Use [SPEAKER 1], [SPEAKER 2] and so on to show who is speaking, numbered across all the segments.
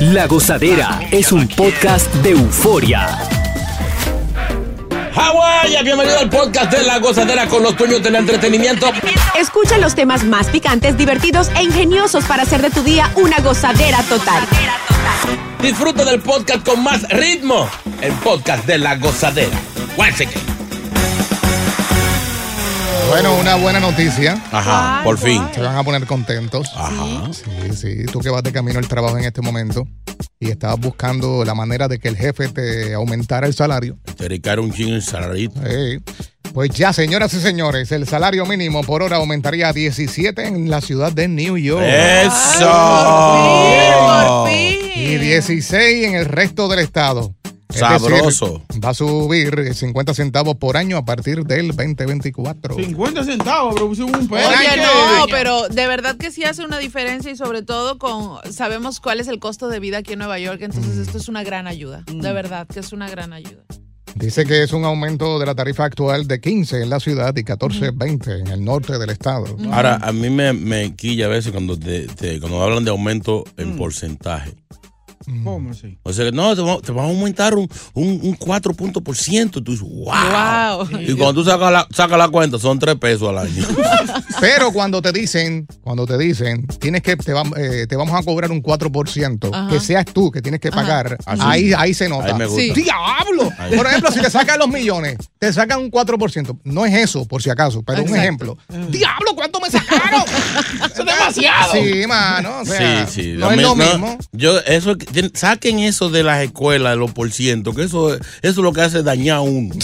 [SPEAKER 1] La Gozadera es un podcast de euforia.
[SPEAKER 2] Hawái, bienvenido al podcast de La Gozadera con los dueños del entretenimiento.
[SPEAKER 3] Escucha los temas más picantes, divertidos e ingeniosos para hacer de tu día una gozadera total.
[SPEAKER 2] Disfruta del podcast con más ritmo. El podcast de La Gozadera. Guáseque.
[SPEAKER 4] Bueno, una buena noticia.
[SPEAKER 2] Ajá, por fin.
[SPEAKER 4] Se van a poner contentos.
[SPEAKER 2] Ajá.
[SPEAKER 4] Sí, sí. Tú que vas de camino al trabajo en este momento y estabas buscando la manera de que el jefe te aumentara el salario.
[SPEAKER 2] Te recarga un chingo el salarito.
[SPEAKER 4] eh, pues ya, señoras y señores, el salario mínimo por hora aumentaría a 17 en la ciudad de New York.
[SPEAKER 2] ¡Eso!
[SPEAKER 4] Y 16 en el resto del estado. Es decir,
[SPEAKER 2] Sabroso.
[SPEAKER 4] va a subir 50 centavos por año a partir del 2024.
[SPEAKER 5] 50 centavos, pero pusimos un
[SPEAKER 4] Pues,
[SPEAKER 5] peso.
[SPEAKER 6] Oye,
[SPEAKER 5] Ay,
[SPEAKER 6] no,
[SPEAKER 5] qué-
[SPEAKER 6] pero de verdad que sí hace una diferencia y sobre todo con sabemos cuál es el costo de vida aquí en Nueva York, entonces esto es una gran ayuda, de verdad que es una gran ayuda.
[SPEAKER 4] Dice que es un aumento de la tarifa actual de 15 en la ciudad y 14, 20 en el norte del estado.
[SPEAKER 2] Ahora, a mí me, me quilla a veces cuando, te, te- cuando hablan de aumento
[SPEAKER 5] Mm.
[SPEAKER 2] en porcentaje.
[SPEAKER 5] ¿Cómo así?
[SPEAKER 2] O sea, no, te va, te va a aumentar un, un, un 4 puntos por ciento. Tú dices, wow.
[SPEAKER 6] Wow.
[SPEAKER 2] Y cuando tú sacas la, sacas la cuenta, son 3 pesos al año.
[SPEAKER 4] Pero cuando te dicen, cuando te dicen, tienes que, te, vam- eh, te vamos a cobrar un 4%, que seas tú que tienes que pagar,
[SPEAKER 2] Así.
[SPEAKER 4] ahí, ahí se
[SPEAKER 2] Ah,
[SPEAKER 4] nota.
[SPEAKER 2] Ahí me gusta.
[SPEAKER 6] Sí.
[SPEAKER 4] ¡Diablo!
[SPEAKER 2] Ahí.
[SPEAKER 4] Por ejemplo, si te sacan los millones, te sacan un 4%. No es eso, por si acaso, pero un
[SPEAKER 6] Exacto.
[SPEAKER 4] ejemplo. ¡Diablo, cuánto me sacaron! ¡Es demasiado! Sí, mano. o sea,
[SPEAKER 2] sí, sí.
[SPEAKER 4] No es lo
[SPEAKER 2] mi- no,
[SPEAKER 4] mismo.
[SPEAKER 2] yo, eso, es que tienen- saquen eso de las escuelas, de los por ciento, que eso, eso es lo que hace dañar a uno.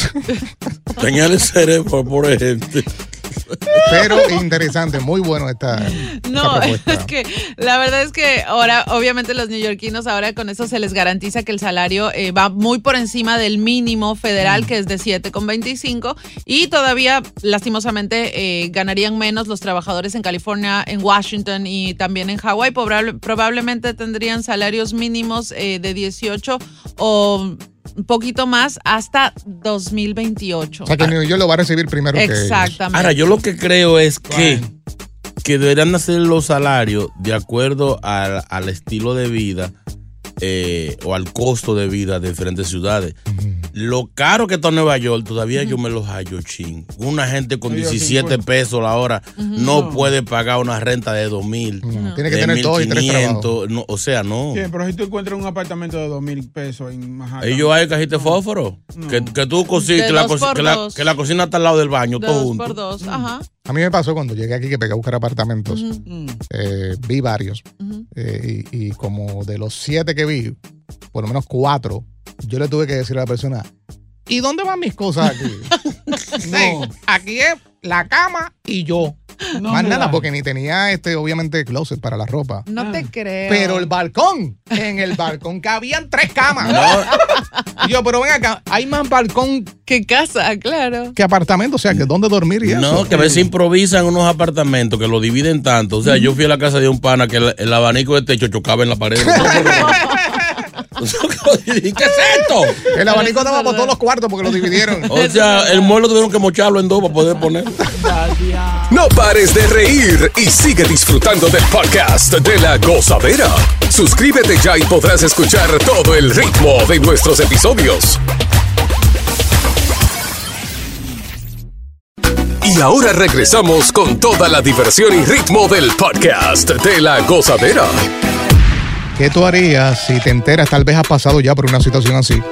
[SPEAKER 2] dañar el cerebro, por ejemplo.
[SPEAKER 4] Pero interesante, muy bueno esta. esta
[SPEAKER 6] No,
[SPEAKER 4] propuesta.
[SPEAKER 6] es que la verdad es que ahora, obviamente, los neoyorquinos ahora con eso se les garantiza que el salario eh, va muy por encima del mínimo
[SPEAKER 4] Mm.
[SPEAKER 6] federal, que es de 7,25, y todavía, lastimosamente, eh, ganarían menos los trabajadores en California, en Washington y también en Hawái. Probable- probablemente tendrían salarios mínimos eh, de 18 o un poquito más hasta 2028.
[SPEAKER 4] O sea que New York lo va a recibir primero que ellos.
[SPEAKER 6] Exactamente.
[SPEAKER 2] Ahora, yo lo que creo es que, que deberían hacer los salarios de acuerdo al, al estilo de vida eh, o al costo de vida de diferentes ciudades. Lo caro que está Nueva York, todavía yo me los hallo ching. Una gente con
[SPEAKER 5] Oye,
[SPEAKER 2] 17
[SPEAKER 5] 50.
[SPEAKER 2] pesos la hora no puede pagar una renta de 2000.
[SPEAKER 4] No, tiene que
[SPEAKER 2] de
[SPEAKER 4] tener dos y tres
[SPEAKER 2] 1500,
[SPEAKER 4] trabajos.
[SPEAKER 2] no, o sea, no.
[SPEAKER 5] Sí, pero si tú encuentras un apartamento de 2 mil pesos en Manhattan.
[SPEAKER 2] Ellos hay cajita de fósforo. Que, que tú cosiste,
[SPEAKER 6] De
[SPEAKER 2] que la,
[SPEAKER 6] dos
[SPEAKER 2] cosi-
[SPEAKER 6] por
[SPEAKER 2] que la-
[SPEAKER 6] dos.
[SPEAKER 2] que la cocina está al lado del baño, todo
[SPEAKER 6] dos
[SPEAKER 2] junto.
[SPEAKER 6] por dos,
[SPEAKER 4] Mm.
[SPEAKER 6] ajá.
[SPEAKER 4] A mí me pasó cuando llegué aquí que pegué a buscar apartamentos. eh, vi varios. Eh, y, y como de los siete que vi, por lo menos cuatro, yo le tuve que decir a la persona, ¿y dónde van mis cosas aquí?
[SPEAKER 5] No.
[SPEAKER 4] aquí es la cama y yo.
[SPEAKER 5] No
[SPEAKER 4] Más
[SPEAKER 5] me
[SPEAKER 4] nada,
[SPEAKER 5] da.
[SPEAKER 4] porque ni tenía este, obviamente, closet para la ropa.
[SPEAKER 6] No
[SPEAKER 5] Ah.
[SPEAKER 6] te creo.
[SPEAKER 4] Pero el balcón, en el balcón cabían tres camas. Y yo, pero ven acá, hay más balcón
[SPEAKER 6] ¿Qué casa? Claro.
[SPEAKER 4] que apartamento, o sea, que dónde dormir y eso.
[SPEAKER 2] No, que a veces improvisan unos apartamentos que lo dividen tanto. O sea, yo fui a la casa de un pana que el, el abanico de techo chocaba en la pared. ¿Qué es esto?
[SPEAKER 4] El
[SPEAKER 6] eso
[SPEAKER 4] abanico
[SPEAKER 6] es
[SPEAKER 4] estaba por
[SPEAKER 6] verdad.
[SPEAKER 4] todos los cuartos porque lo dividieron.
[SPEAKER 2] O sea, el mueble tuvieron que mocharlo en dos para poder poner.
[SPEAKER 1] No pares de reír y sigue disfrutando del podcast de la gozadera. Suscríbete ya y podrás escuchar todo el ritmo de nuestros episodios. Y ahora regresamos con toda la diversión y ritmo del podcast de la gozadera.
[SPEAKER 4] ¿Qué tú harías si te enteras, tal vez has pasado ya por una situación así?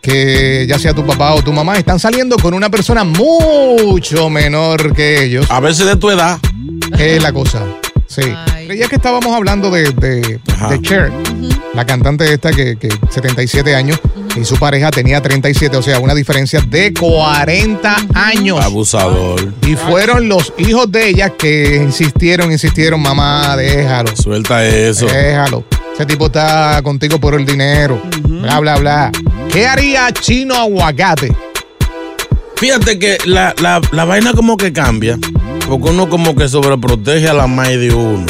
[SPEAKER 4] Que ya sea tu papá o tu mamá están saliendo con una persona mucho menor que ellos.
[SPEAKER 2] A veces de tu edad.
[SPEAKER 4] Es la cosa. Sí.
[SPEAKER 6] Ay.
[SPEAKER 4] Pero ya que estábamos hablando de, de,
[SPEAKER 2] Ajá.
[SPEAKER 4] de Cher, la cantante esta que, que 77 años y su pareja tenía 37, o sea, una diferencia de 40 años.
[SPEAKER 2] Abusador.
[SPEAKER 4] Y fueron los hijos de ella que insistieron, insistieron, mamá, déjalo.
[SPEAKER 2] Suelta eso.
[SPEAKER 4] Déjalo. Ese tipo está contigo por el dinero. Bla, bla, bla. ¿Qué haría Chino Aguacate?
[SPEAKER 2] Fíjate que la, la- la vaina como que cambia, porque uno como que sobreprotege a la madre de uno.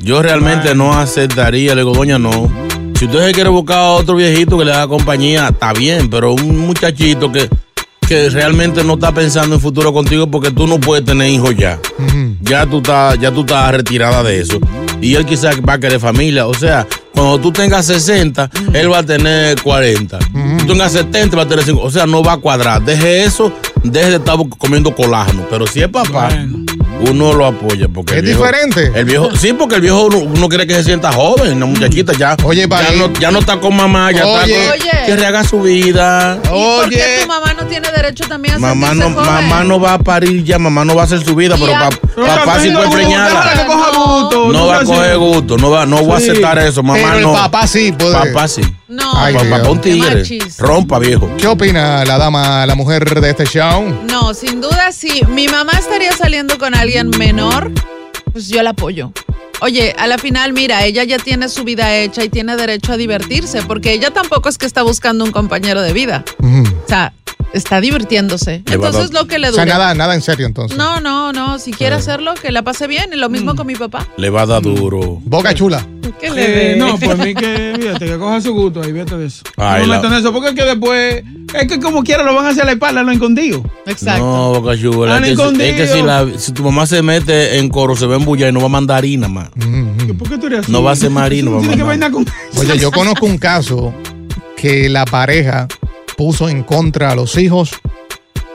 [SPEAKER 2] Yo realmente no aceptaría, le digo, doña, no. Si usted se quiere buscar a otro viejito que le haga compañía, está bien, pero un muchachito que, que realmente no está pensando en futuro contigo porque tú no puedes tener hijos ya.
[SPEAKER 4] Mm,
[SPEAKER 2] Ya tú estás, ya tú estás retirada de eso. Y él quizás va a querer familia. O sea, cuando tú tengas 60, él va a tener 40. Tú tengas 70, va a tener 5. O sea, no va a cuadrar. Deje eso, deje de estar comiendo colágeno. Pero si es papá, uno lo apoya. Porque
[SPEAKER 4] Es
[SPEAKER 2] el viejo-
[SPEAKER 4] diferente.
[SPEAKER 2] El viejo, sí, porque el viejo uno, uno quiere que se sienta joven, una muchachita ya.
[SPEAKER 4] Oye,
[SPEAKER 2] ya
[SPEAKER 4] Parín.
[SPEAKER 2] no, ya no está con mamá, ya
[SPEAKER 4] Oye.
[SPEAKER 2] está con. Que rehaga su vida.
[SPEAKER 6] ¿Y por qué
[SPEAKER 4] Oye.
[SPEAKER 6] tu mamá no tiene derecho también a
[SPEAKER 2] Mamá no,
[SPEAKER 6] sentirse joven?
[SPEAKER 2] mamá no va a parir ya, mamá no va a hacer su vida,
[SPEAKER 6] Y
[SPEAKER 2] pero
[SPEAKER 6] a-
[SPEAKER 2] pa- papá sí fue preñada.
[SPEAKER 5] Que coja gusto.
[SPEAKER 2] No
[SPEAKER 5] tú
[SPEAKER 2] va a
[SPEAKER 5] sabes,
[SPEAKER 2] coger gusto, no va, no va a
[SPEAKER 5] Sí.
[SPEAKER 2] aceptar eso, mamá
[SPEAKER 4] Pero
[SPEAKER 2] no.
[SPEAKER 4] el papá sí puede.
[SPEAKER 2] Papá sí.
[SPEAKER 6] No,
[SPEAKER 4] Ay,
[SPEAKER 2] Pa-
[SPEAKER 4] Dios.
[SPEAKER 2] papá un
[SPEAKER 6] Qué
[SPEAKER 2] tigre.
[SPEAKER 6] machista.
[SPEAKER 2] Rompa, viejo.
[SPEAKER 4] ¿Qué opina la dama, la mujer de este show?
[SPEAKER 6] no, sin duda sí. Mi mamá estaría saliendo con alguien menor, pues yo la apoyo. Oye, a la final, mira, ella ya tiene su vida hecha y tiene derecho a divertirse, porque ella tampoco es que está buscando un compañero de vida. O sea, está divirtiéndose.
[SPEAKER 2] Le va a
[SPEAKER 6] Entonces
[SPEAKER 2] dar-
[SPEAKER 6] lo que le
[SPEAKER 4] O
[SPEAKER 6] dure.
[SPEAKER 4] sea, nada, nada en serio entonces. Mm.
[SPEAKER 6] No, no, no. Si quiere hacerlo, que la pase bien. Y lo mismo con mi papá.
[SPEAKER 2] Le va a dar duro.
[SPEAKER 4] Boca chula.
[SPEAKER 6] Que le
[SPEAKER 5] Eh,
[SPEAKER 6] dé.
[SPEAKER 5] no, pues a mí que, fíjate, que coja su gusto ahí, fíjate de eso.
[SPEAKER 2] Ay,
[SPEAKER 5] no me
[SPEAKER 2] la-
[SPEAKER 5] meto en eso, porque es que después, es que como quiera lo van a hacer a la espalda, no en contigo.
[SPEAKER 6] Exacto.
[SPEAKER 2] No, boca chula.
[SPEAKER 5] Han
[SPEAKER 2] Es que, si- es
[SPEAKER 5] escondido.
[SPEAKER 2] que si, la- si tu mamá se mete en coro, se ve embullada y no va a mandar harina más.
[SPEAKER 5] ¿Por qué tú eres así?
[SPEAKER 2] No va a ser marino,
[SPEAKER 5] Tú Tienes que
[SPEAKER 2] mamá.
[SPEAKER 5] bailar con
[SPEAKER 4] Oye, yo conozco un caso que la pareja puso en contra a los hijos,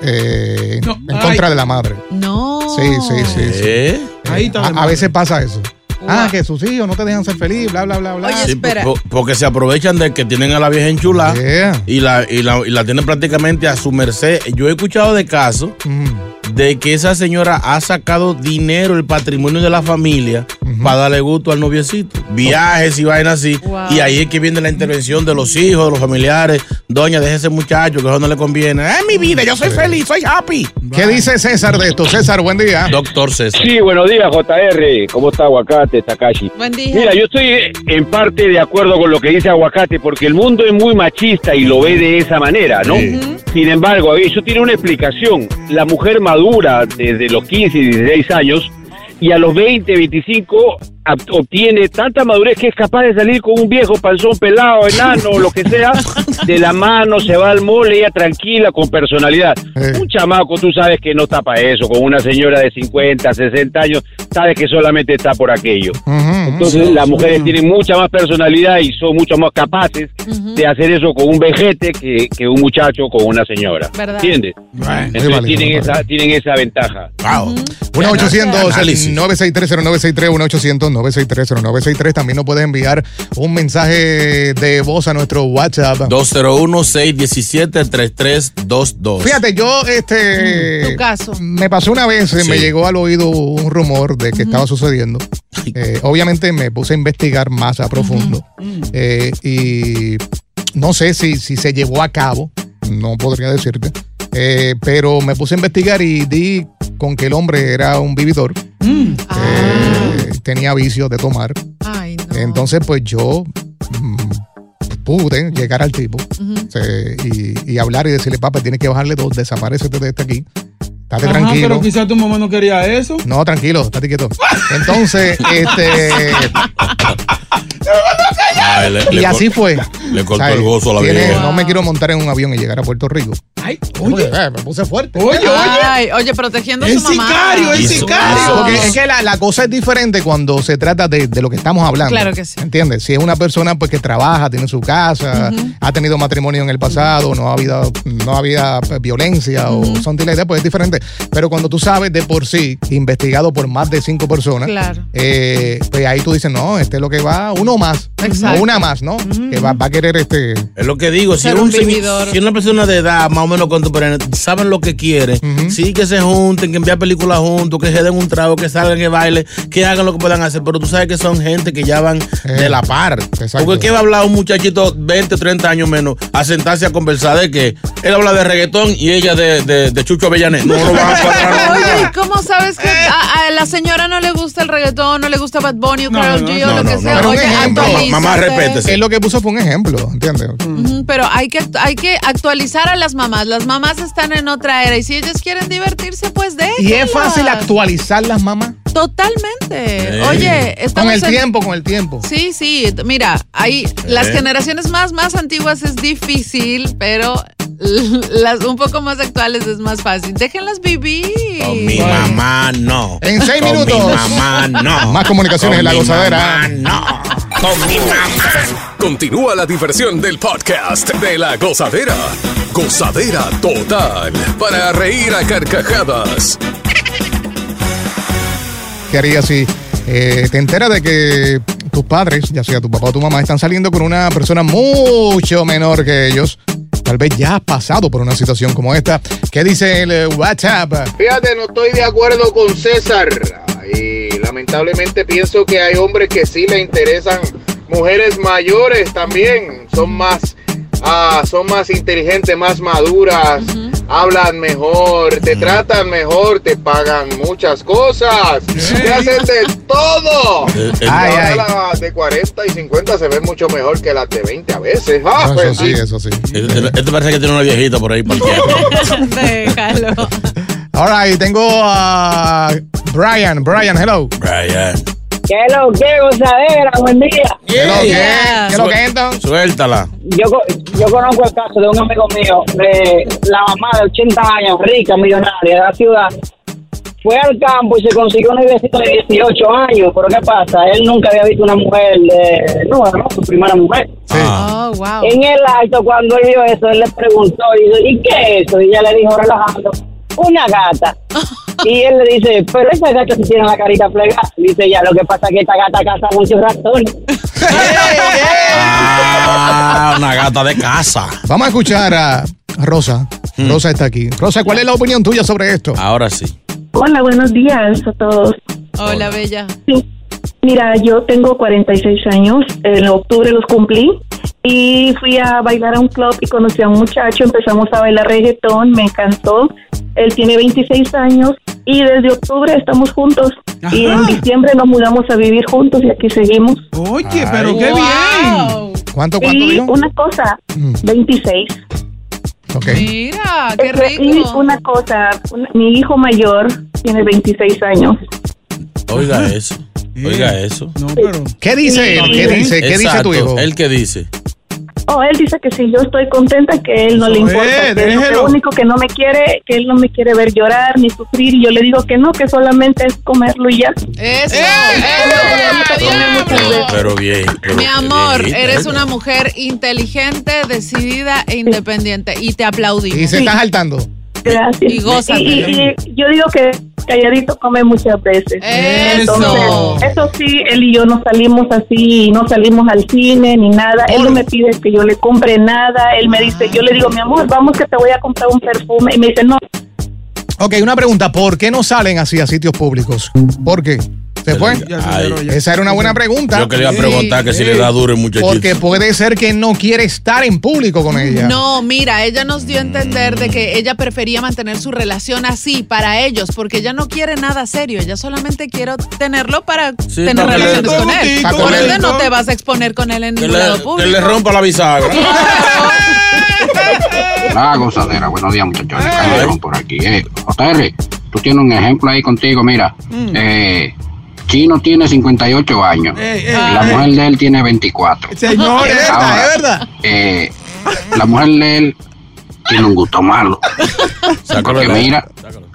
[SPEAKER 4] eh,
[SPEAKER 5] No,
[SPEAKER 4] en contra de la madre.
[SPEAKER 6] No.
[SPEAKER 4] Sí, sí, sí. sí.
[SPEAKER 2] ¿Eh?
[SPEAKER 5] Ahí está.
[SPEAKER 4] A, a
[SPEAKER 5] hermano.
[SPEAKER 4] veces pasa eso. Ah,
[SPEAKER 6] Guau.
[SPEAKER 4] que sus hijos no te dejan ser feliz, bla, bla, bla, bla.
[SPEAKER 6] Oye,
[SPEAKER 2] Sí,
[SPEAKER 6] Espera.
[SPEAKER 2] po- po- porque se aprovechan de que tienen a la vieja enchulada.
[SPEAKER 4] Yeah.
[SPEAKER 2] Y la, y, la, y la tienen prácticamente a su merced. Yo he escuchado de casos
[SPEAKER 4] Mm.
[SPEAKER 2] de que esa señora ha sacado dinero, el patrimonio de la familia, para darle gusto al noviecito. Viajes y vainas así.
[SPEAKER 6] Wow.
[SPEAKER 2] Y ahí es que viene la intervención de los hijos, de los familiares. Doña, deje ese muchacho, que eso no le conviene. Es mi vida, yo soy feliz, soy happy.
[SPEAKER 4] ¿Qué dice César de esto? César, buen día.
[SPEAKER 2] Doctor César.
[SPEAKER 7] Sí, buenos días, JR. ¿Cómo está Aguacate, Takashi?
[SPEAKER 6] Buen día.
[SPEAKER 7] Mira, yo estoy en parte de acuerdo con lo que dice Aguacate, porque el mundo es muy machista y lo ve de esa manera, ¿no? Sin embargo, eso tiene una explicación. La mujer madura desde los 15 y 16 años y a los 20, 25 ab- obtiene tanta madurez que es capaz de salir con un viejo panzón pelado, enano, lo que sea, de la mano, se va al mole, ella tranquila, con personalidad.
[SPEAKER 4] Eh.
[SPEAKER 7] Un chamaco, tú sabes que no está para eso, con una señora de 50, 60 años, sabes que solamente está por aquello.
[SPEAKER 1] Mm.
[SPEAKER 4] Ujú.
[SPEAKER 7] Entonces las mujeres tienen mucha más personalidad y son mucho más capaces de hacer eso con un vejete que, que un muchacho con una señora.
[SPEAKER 6] Verdad.
[SPEAKER 7] ¿Entiendes?
[SPEAKER 5] Bueno.
[SPEAKER 7] Entonces
[SPEAKER 4] válido, muy
[SPEAKER 7] tienen, esa,
[SPEAKER 4] válido.
[SPEAKER 7] tienen esa ventaja.
[SPEAKER 2] Wow.
[SPEAKER 4] 1-800-963-0963, 1-800-963-0963. También nos puedes enviar un mensaje de voz a nuestro WhatsApp.
[SPEAKER 2] 201-617-3322.
[SPEAKER 4] Fíjate, yo este.
[SPEAKER 6] Mm, tu caso.
[SPEAKER 4] Me pasó una vez, eh, me
[SPEAKER 2] Sí.
[SPEAKER 4] llegó al oído un rumor de que estaba sucediendo. Eh, obviamente me puse a investigar más a profundo. Eh, y no sé si, si se llevó a cabo, no podría decirte. Eh, pero me puse a investigar y di con que el hombre era un vividor,
[SPEAKER 6] Mm. Ah.
[SPEAKER 4] eh, tenía vicios de tomar.
[SPEAKER 6] Ay, no.
[SPEAKER 4] Entonces, pues yo mm, pude llegar al tipo
[SPEAKER 6] Ujú.
[SPEAKER 4] se- y, y hablar y decirle, papá, tienes que bajarle dos, desaparecete de este aquí. Estate
[SPEAKER 5] Ajá,
[SPEAKER 4] tranquilo.
[SPEAKER 5] pero quizás tu mamá no quería eso.
[SPEAKER 4] No, tranquilo, estate quieto. Entonces, este.
[SPEAKER 2] Ay, Ah, le-
[SPEAKER 4] Ah, y
[SPEAKER 2] le
[SPEAKER 4] así
[SPEAKER 2] cor-
[SPEAKER 4] fue.
[SPEAKER 2] Le cortó
[SPEAKER 4] ¿Sabes?
[SPEAKER 2] el gozo a la
[SPEAKER 4] Tiene-
[SPEAKER 2] vieja.
[SPEAKER 4] No me quiero montar en un avión y llegar a Puerto Rico.
[SPEAKER 5] Ay, oye,
[SPEAKER 4] Eh, me puse fuerte.
[SPEAKER 5] oye, oye.
[SPEAKER 6] Ay, oye, protegiendo a
[SPEAKER 5] Es
[SPEAKER 6] su mamá.
[SPEAKER 5] sicario, es
[SPEAKER 2] Hizo-
[SPEAKER 5] sicario.
[SPEAKER 4] Porque es que la, la cosa es diferente cuando se trata de, de lo que estamos hablando.
[SPEAKER 6] Claro que sí.
[SPEAKER 4] ¿Entiendes? Si es una persona pues, que trabaja, tiene su casa, ha tenido matrimonio en el pasado, no ha habido, no había pues, violencia o son diletes, pues es diferente. Pero cuando tú sabes de por sí, investigado por más de cinco personas,
[SPEAKER 6] Claro.
[SPEAKER 4] eh, pues ahí tú dices, no, este es lo que va, uno más,
[SPEAKER 6] Exacto.
[SPEAKER 4] o una más, ¿no? Que va, va a querer este...
[SPEAKER 2] Es lo que digo, si,
[SPEAKER 6] Ser
[SPEAKER 2] es un
[SPEAKER 6] un
[SPEAKER 2] señor-
[SPEAKER 6] vividor.
[SPEAKER 2] si es una persona de edad, más o menos contemporánea, saben lo que quieren, sí que se junten, que envíen películas juntos, que se den un trago, que salgan, que bailen, que hagan lo que puedan hacer, pero tú sabes que son gente que ya van de la par.
[SPEAKER 4] Eh, exacto.
[SPEAKER 2] Porque ¿qué va a hablar un muchachito 20, 30 años menos? a sentarse a conversar de que él habla de reggaetón y ella de, de- de Chucho Avellanet. No lo van a cuadrar.
[SPEAKER 6] Oye, ¿y ¿cómo sabes que a, a la señora no le gusta el reggaetón, no le gusta Bad Bunny o
[SPEAKER 5] No,
[SPEAKER 6] Carol
[SPEAKER 5] no,
[SPEAKER 6] G o
[SPEAKER 2] no,
[SPEAKER 6] lo que
[SPEAKER 2] no,
[SPEAKER 6] sea?
[SPEAKER 4] no.
[SPEAKER 6] Oye,
[SPEAKER 4] Pero un ejemplo,
[SPEAKER 6] actualízate.
[SPEAKER 2] mamá, respétese.
[SPEAKER 4] Él lo que puso fue un ejemplo, ¿entiendes?
[SPEAKER 6] Ujú, Pero hay que, hay que actualizar a las mamás. Las mamás están en otra era y si ellas quieren divertirse, pues de.
[SPEAKER 4] Y es fácil actualizar las mamás.
[SPEAKER 6] Totalmente.
[SPEAKER 2] Sí.
[SPEAKER 6] Eh, Oye, estamos
[SPEAKER 4] Con el
[SPEAKER 6] en-
[SPEAKER 4] tiempo, con el tiempo.
[SPEAKER 6] Sí, sí, t- mira, hay las
[SPEAKER 2] Eh.
[SPEAKER 6] generaciones más más antiguas es difícil, pero las un poco más actuales es más fácil. Déjenlas vivir.
[SPEAKER 2] Con Oh, mi mamá no.
[SPEAKER 4] En seis
[SPEAKER 2] Con
[SPEAKER 4] minutos.
[SPEAKER 2] Mi mamá no.
[SPEAKER 4] Más
[SPEAKER 2] Con
[SPEAKER 4] comunicaciones en la
[SPEAKER 2] mi
[SPEAKER 4] gozadera.
[SPEAKER 2] mamá no. Con mi mamá.
[SPEAKER 1] Continúa la diversión del podcast de la gozadera. Gozadera total. Para reír a carcajadas.
[SPEAKER 4] ¿Qué harías si eh, te enteras de que tus padres, ya sea tu papá o tu mamá, están saliendo con una persona mucho menor que ellos? Tal vez ya has pasado por una situación como esta. ¿Qué dice el eh, WhatsApp?
[SPEAKER 8] Fíjate, no estoy de acuerdo con César. Y lamentablemente pienso que hay hombres que sí le interesan mujeres mayores también. Son más, ah, son más inteligentes, más maduras, hablan mejor, te tratan mejor, te pagan muchas cosas, te hacen de todo.
[SPEAKER 2] Eh, eh,
[SPEAKER 4] Ay,
[SPEAKER 8] Ahora
[SPEAKER 4] ay.
[SPEAKER 8] las de 40 y 50 se ven mucho mejor que las de 20 a veces. Ah,
[SPEAKER 4] No,
[SPEAKER 8] pues
[SPEAKER 4] eso sí,
[SPEAKER 8] sí.
[SPEAKER 4] eso sí.
[SPEAKER 2] Este este parece que tiene una viejita por ahí parqueada.
[SPEAKER 6] Déjalo.
[SPEAKER 4] Ahora right, tengo a Brian. Brian, hello.
[SPEAKER 2] Brian,
[SPEAKER 9] ¿Qué es lo que, gozadera? Buen día.
[SPEAKER 4] Hello,
[SPEAKER 6] Yeah.
[SPEAKER 4] ¿Qué es lo que es, entonces?
[SPEAKER 2] suéltala.
[SPEAKER 9] Yo, co- yo conozco el caso de un amigo mío, de la mamá de 80 años, rica, millonaria, de la ciudad. Fue al campo y se consiguió una viejita de 18 años, pero ¿qué pasa? Él nunca había visto una mujer, de, no, no, su primera mujer.
[SPEAKER 2] Ah,
[SPEAKER 6] Oh, wow.
[SPEAKER 9] En el acto, cuando él vio eso, él le preguntó, y dijo, ¿y qué es eso? Y ella le dijo, relajando, una gata. Y él le dice, pero esa gata sí tiene la carita plegada. Dice ya, lo que pasa es que esta gata caza muchos ratones.
[SPEAKER 2] Ah, una gata de casa.
[SPEAKER 4] Vamos a escuchar a Rosa. Rosa está aquí. Rosa, ¿cuál es la opinión tuya sobre esto?
[SPEAKER 2] Hmm. Ahora sí.
[SPEAKER 10] Hola, buenos días a todos.
[SPEAKER 6] Hola, bella.
[SPEAKER 10] Sí. Mira, yo tengo 46 años, en octubre los cumplí y fui a bailar a un club y conocí a un muchacho, empezamos a bailar reggaetón, me encantó. Él tiene 26 años y desde octubre estamos juntos y en diciembre nos mudamos a vivir juntos y aquí seguimos.
[SPEAKER 5] Oye, pero qué bien.
[SPEAKER 6] Wow.
[SPEAKER 4] ¿Cuánto, cuánto
[SPEAKER 10] Y
[SPEAKER 4] vio?
[SPEAKER 10] una cosa,
[SPEAKER 4] Mm.
[SPEAKER 10] 26.
[SPEAKER 4] Ok.
[SPEAKER 6] Mira, qué
[SPEAKER 10] Este, Y
[SPEAKER 6] rico.
[SPEAKER 10] una cosa, un- mi hijo mayor tiene 26 años.
[SPEAKER 2] Oiga eso. Oiga eso.
[SPEAKER 5] No, pero.
[SPEAKER 4] ¿Qué dice él? ¿Qué dice? ¿Qué dice tu
[SPEAKER 2] Exacto,
[SPEAKER 4] hijo?
[SPEAKER 2] ¿El que dice?
[SPEAKER 10] Oh, él dice que si yo estoy contenta, que él no
[SPEAKER 5] Eso
[SPEAKER 10] le importa.
[SPEAKER 5] es,
[SPEAKER 10] que él
[SPEAKER 5] déjelo.
[SPEAKER 10] lo único que no me quiere, que él no me quiere ver llorar ni sufrir. Y yo le digo que no, que solamente es comerlo y ya.
[SPEAKER 6] Eso.
[SPEAKER 10] eh,
[SPEAKER 6] ¡Ella,
[SPEAKER 2] Pero,
[SPEAKER 6] diablo!
[SPEAKER 2] pero bien. pero
[SPEAKER 6] Mi
[SPEAKER 2] qué ¿eh?
[SPEAKER 6] amor,
[SPEAKER 2] viejita.
[SPEAKER 6] eres una mujer inteligente, decidida e independiente y te
[SPEAKER 4] Y
[SPEAKER 6] aplaudimos.
[SPEAKER 4] se está saltando.
[SPEAKER 10] Gracias.
[SPEAKER 6] Y gózatelo.
[SPEAKER 10] Y- y- y yo digo que calladito come muchas veces.
[SPEAKER 6] Eso.
[SPEAKER 10] Entonces, eso sí, él y yo no salimos así, no salimos al cine ni nada. Él no me pide que yo le compre nada. Él me dice, yo le digo, mi amor, vamos que te voy a comprar un perfume. Y me dice, no,
[SPEAKER 4] Ok, una pregunta. ¿Por qué no salen así a sitios públicos? ¿Por qué? ¿Se fue?
[SPEAKER 2] Ya
[SPEAKER 5] se
[SPEAKER 2] Ay,
[SPEAKER 5] cerró, ya.
[SPEAKER 4] Esa era una buena pregunta.
[SPEAKER 2] Yo que le iba a preguntar que si le da duro el muchachito.
[SPEAKER 4] Porque puede ser que no quiere estar en público con ella.
[SPEAKER 6] No, mira, ella nos dio a entender de que ella prefería mantener su relación así para ellos, porque ella no quiere nada serio, ella solamente quiere tenerlo para
[SPEAKER 2] Sí,
[SPEAKER 6] tener
[SPEAKER 2] para que le-
[SPEAKER 6] relaciones con él.
[SPEAKER 4] para que
[SPEAKER 6] Por
[SPEAKER 4] le-
[SPEAKER 6] ende no te vas a exponer con él en
[SPEAKER 2] que
[SPEAKER 6] ningún
[SPEAKER 2] le,
[SPEAKER 6] lado
[SPEAKER 2] que
[SPEAKER 6] público.
[SPEAKER 2] le rompa la bisagra.
[SPEAKER 8] La Ah, gozadera, buenos días muchachos,
[SPEAKER 2] Calderón
[SPEAKER 8] por aquí. Eh, tú tienes un ejemplo ahí contigo, mira.
[SPEAKER 2] Mm.
[SPEAKER 8] Eh, Chino tiene 58 años.
[SPEAKER 2] Eh,
[SPEAKER 5] Ey, ey,
[SPEAKER 8] La mujer de él tiene 24.
[SPEAKER 5] Señores,
[SPEAKER 8] Es verdad, es verdad. Eh, la mujer de él tiene un gusto malo.
[SPEAKER 2] Sácalo
[SPEAKER 8] Porque
[SPEAKER 2] de ahí.
[SPEAKER 8] mira,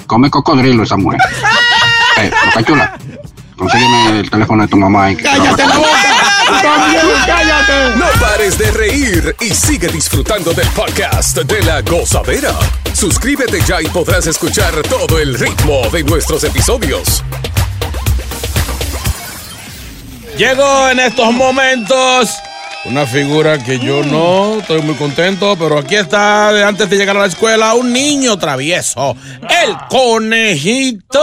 [SPEAKER 8] come cocodrilo esa mujer. Eh, está chula. Consígueme el teléfono de tu mamá. Y que
[SPEAKER 5] cállate la boca. También cállate.
[SPEAKER 1] No pares de reír y sigue disfrutando del podcast de la gozadera. Suscríbete ya y podrás escuchar todo el ritmo de nuestros episodios.
[SPEAKER 2] Llegó en estos momentos una figura que yo
[SPEAKER 6] Mm.
[SPEAKER 2] no estoy muy contento, pero aquí está, de antes de llegar a la escuela, un niño travieso, el conejito.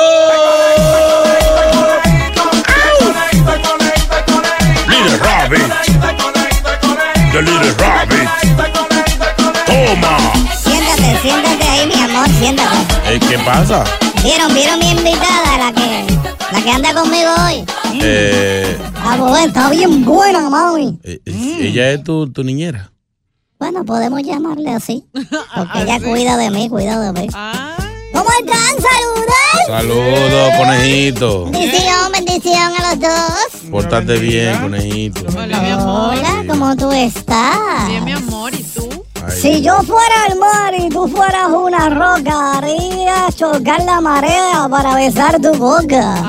[SPEAKER 2] Little Rabbit. The Little Rabbit. Toma.
[SPEAKER 11] Siéntate, siéntate ahí, mi amor, siéntate.
[SPEAKER 2] Eh, ¿Qué pasa?
[SPEAKER 11] ¿Vieron, vieron mi invitada, la que, la que anda conmigo hoy?
[SPEAKER 2] Eh,
[SPEAKER 11] La mujer está bien buena, mami.
[SPEAKER 2] Ella es tu, tu niñera.
[SPEAKER 11] Bueno, podemos llamarle así. Porque ella cuida de mí, cuida de mí. ¿Cómo están? Saludos.
[SPEAKER 2] Saludos, conejito.
[SPEAKER 11] Bendición, bendición a los dos.
[SPEAKER 2] Pórtate bien, conejito.
[SPEAKER 11] Hola, ¿cómo tú estás? Bien, mi
[SPEAKER 6] amor,
[SPEAKER 11] ¿y tú? Si yo fuera el mar y tú fueras una roca, haría chocar la marea para besar tu boca.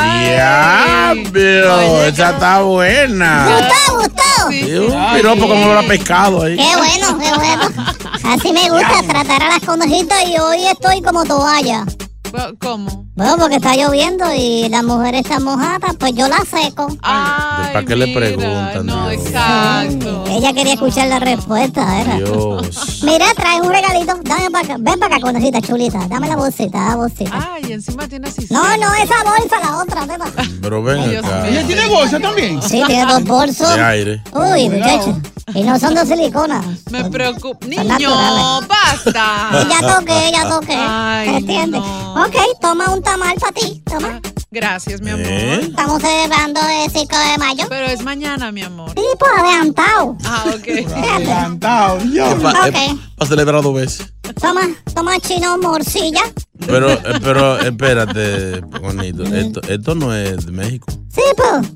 [SPEAKER 2] El Eh, diablo. Esa está buena.
[SPEAKER 11] ¿Gustó, gustó?
[SPEAKER 2] Es un piropo como pues, lo ha pescado ahí.
[SPEAKER 11] Qué bueno, qué bueno. Así me gusta tratar a las conejitas y hoy estoy como toalla.
[SPEAKER 6] ¿Cómo?
[SPEAKER 11] Bueno, porque está lloviendo y las mujeres están mojadas, pues yo las seco.
[SPEAKER 2] ¿Para qué le preguntan? Dios?
[SPEAKER 11] exacto. Ella quería escuchar la respuesta, era.
[SPEAKER 2] Dios.
[SPEAKER 11] Mira, trae un regalito. Dame para acá. Ven para acá, conejita chulita. Dame la bolsita, la bolsita.
[SPEAKER 6] Ay, encima tiene así.
[SPEAKER 11] No, no, esa bolsa, la otra, ven pa' acá.
[SPEAKER 2] Pero ven acá.
[SPEAKER 5] ¿Ella tiene bolsa también?
[SPEAKER 11] Sí, tiene dos bolsos.
[SPEAKER 2] De aire.
[SPEAKER 11] Uy, muchacho. Y no son de silicona.
[SPEAKER 6] Me preocupa.
[SPEAKER 11] naturales.
[SPEAKER 6] Niño, basta.
[SPEAKER 11] Ya toqué, ya toqué. ¿Me ¿Entiendes? Ok, toma un tamal para ti. Toma.
[SPEAKER 6] Ah, Gracias, mi amor.
[SPEAKER 2] ¿Eh?
[SPEAKER 11] Estamos celebrando el 5 de mayo.
[SPEAKER 6] Pero es mañana, mi amor.
[SPEAKER 11] Sí, por adelantado.
[SPEAKER 6] Ah, ok.
[SPEAKER 5] Adelantado,
[SPEAKER 2] Es pa- es
[SPEAKER 11] Ok.
[SPEAKER 2] pa' celebrar dos veces.
[SPEAKER 11] Toma, toma chino morcilla.
[SPEAKER 2] Pero, eh, pero espérate, bonito. Esto, esto no es de México.
[SPEAKER 11] Sí, pues.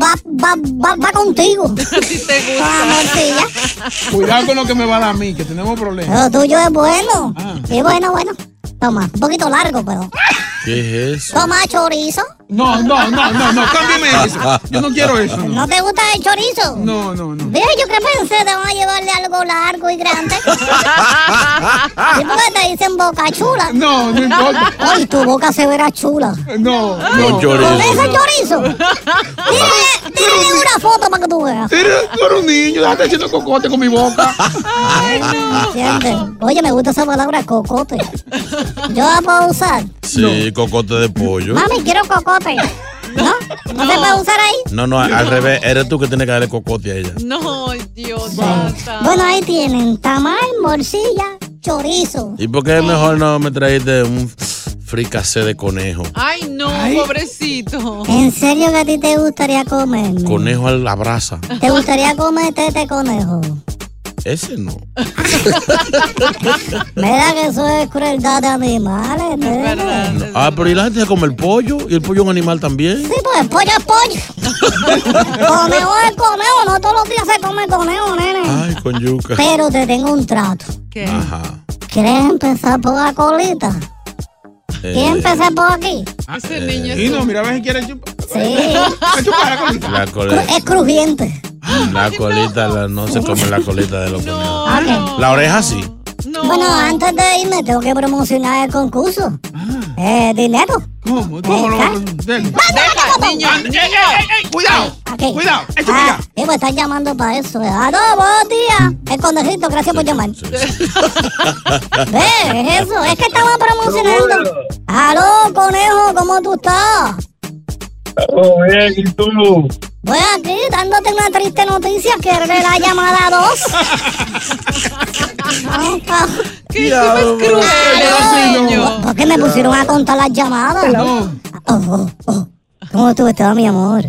[SPEAKER 11] Va, va, va, va contigo.
[SPEAKER 6] Si te gusta.
[SPEAKER 11] Toma morcilla.
[SPEAKER 5] Cuidado con lo que me va a dar a mí, que tenemos
[SPEAKER 11] Lo
[SPEAKER 5] problemas. Ah.
[SPEAKER 11] tuyo es bueno. Y bueno, bueno. Toma, un poquito largo, pero.
[SPEAKER 2] ¿Qué es eso? Ah,
[SPEAKER 11] Toma chorizo.
[SPEAKER 5] No, no, no, no, no, cámbiame eso. Yo no quiero eso.
[SPEAKER 11] ¿No te gusta el chorizo?
[SPEAKER 5] No, no, no.
[SPEAKER 11] Ve, yo que pensé, te van a llevarle algo largo y grande. ¿Y por qué te dicen boca chula?
[SPEAKER 5] No, no importa.
[SPEAKER 11] Ay, tu boca se verá chula.
[SPEAKER 5] No,
[SPEAKER 11] no.
[SPEAKER 5] no.
[SPEAKER 11] ¿Con ese chorizo? Tírale, tírale una foto para que tú veas.
[SPEAKER 5] Eres- Tú
[SPEAKER 8] um
[SPEAKER 5] eres un niño, déjate haciendo cocote con mi
[SPEAKER 8] tá?
[SPEAKER 5] boca.
[SPEAKER 8] Ah.
[SPEAKER 11] ¿Entiendes? Oye, me gusta esa palabra cocote. Yo la puedo usar.
[SPEAKER 2] Sí, cocote de pollo.
[SPEAKER 11] Mami, quiero cocote. ¿No? ¿No, se puede usar ahí?
[SPEAKER 2] No, no, al revés. Eres tú que tienes que darle cocote a ella.
[SPEAKER 6] No, Dios.
[SPEAKER 11] Bueno, ahí tienen tamal, morcilla, chorizo.
[SPEAKER 2] ¿Y por qué mejor no me trajiste un fricasé de conejo?
[SPEAKER 6] Ay, no, pobrecito.
[SPEAKER 11] ¿En serio que a ti te gustaría comerme?
[SPEAKER 2] Conejo a la brasa.
[SPEAKER 11] ¿Te gustaría comerte este conejo?
[SPEAKER 2] Ese no.
[SPEAKER 11] Mira que eso es crueldad de animales, nene.
[SPEAKER 2] No. Ah, pero y la gente se come el pollo. Y el pollo es un animal también.
[SPEAKER 11] Sí, pues el pollo es pollo. conejo es conejo, no todos los días se come conejo, nene.
[SPEAKER 2] Ay, con yuca.
[SPEAKER 11] Pero te tengo un trato.
[SPEAKER 2] Ajá.
[SPEAKER 11] ¿Quieres empezar por la colita?
[SPEAKER 2] Eh.
[SPEAKER 11] ¿Quieres empezar por aquí?
[SPEAKER 6] Ese niño
[SPEAKER 5] Y no, mira, a ver si quiere chupar.
[SPEAKER 11] Sí.
[SPEAKER 5] Chupar la colita.
[SPEAKER 2] La, cole-
[SPEAKER 11] Es crujiente.
[SPEAKER 2] la colita, la- no se come la colita de los conejos.
[SPEAKER 5] Ah,
[SPEAKER 11] Ok.
[SPEAKER 2] La oreja sí.
[SPEAKER 11] Bueno, antes de irme tengo que promocionar el concurso. Eh, dinero.
[SPEAKER 5] Ah. ¿Cómo? ¿Cómo lo
[SPEAKER 11] Deja, niño,
[SPEAKER 5] Cuidado. Cuidado. Esto
[SPEAKER 11] Ah, sí, pues están llamando para eso. Ah, no, buenos días. El conejito, gracias por llamar. Ve, es eso, es que estaba promocionando. Aló, conejo, ¿cómo tú estás?
[SPEAKER 9] Oh, bien, ¿y tú?
[SPEAKER 11] Voy aquí dándote una triste noticia que eres la llamada 2.
[SPEAKER 6] Ah. ¿Qué tú eres cruel, niño?
[SPEAKER 11] ¿Por qué me pusieron a contar las llamadas? Oh, oh, oh. ¿Cómo tú estás, mi amor?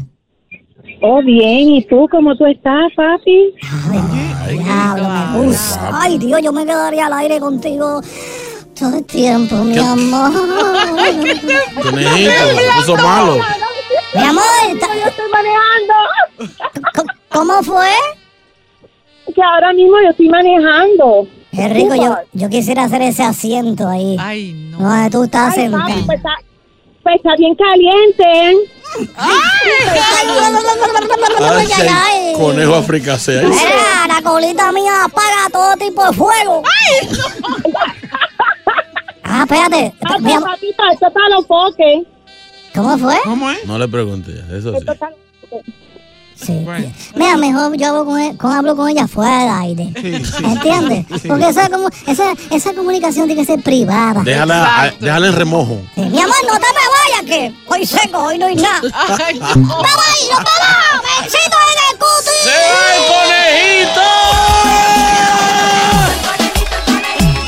[SPEAKER 10] Oh, bien. ¿Y tú cómo tú estás, papi?
[SPEAKER 11] Diablo, me gusta. Ay, Dios, yo me quedaría al aire contigo todo el tiempo, mi amor.
[SPEAKER 2] Conejito, se puso malo.
[SPEAKER 11] mi amor, yo estoy manejando. ¿Cómo fue?
[SPEAKER 10] Que ahora mismo yo estoy manejando.
[SPEAKER 11] Qué rico, yo, yo quisiera hacer ese asiento ahí.
[SPEAKER 6] Ay, no.
[SPEAKER 11] Donde tú estás
[SPEAKER 10] Ay,
[SPEAKER 11] sentado.
[SPEAKER 10] papi, pues está, pues está bien caliente.
[SPEAKER 2] Ay,
[SPEAKER 11] Ay, ay, ay.
[SPEAKER 2] Ah, conejo a fricasé. Ay,
[SPEAKER 11] Mira, la colita mía apaga todo tipo de fuego. Ah, espérate.
[SPEAKER 10] Ah,
[SPEAKER 11] Mi
[SPEAKER 10] pero
[SPEAKER 11] amor,
[SPEAKER 10] papita, esto está lo poque.
[SPEAKER 11] ¿Cómo fue?
[SPEAKER 5] ¿Cómo es?
[SPEAKER 2] No le pregunté, eso sí.
[SPEAKER 10] Esto está a lo poque.
[SPEAKER 11] Sí. Mira, mejor yo hablo con, él- con- hablo con ella fuera del aire. ¿Entiendes? Porque esa, como, esa, esa comunicación tiene que ser privada.
[SPEAKER 2] Déjala, a- déjala en remojo.
[SPEAKER 11] Sí, Mi amor, no te me vayas que hoy seco, hoy no hay nada.
[SPEAKER 6] Ay,
[SPEAKER 11] ¡Vamos ahí, nos vamos! ¡Besito en el cuti!
[SPEAKER 2] ¡Se va el conejito!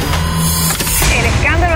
[SPEAKER 12] El escándalo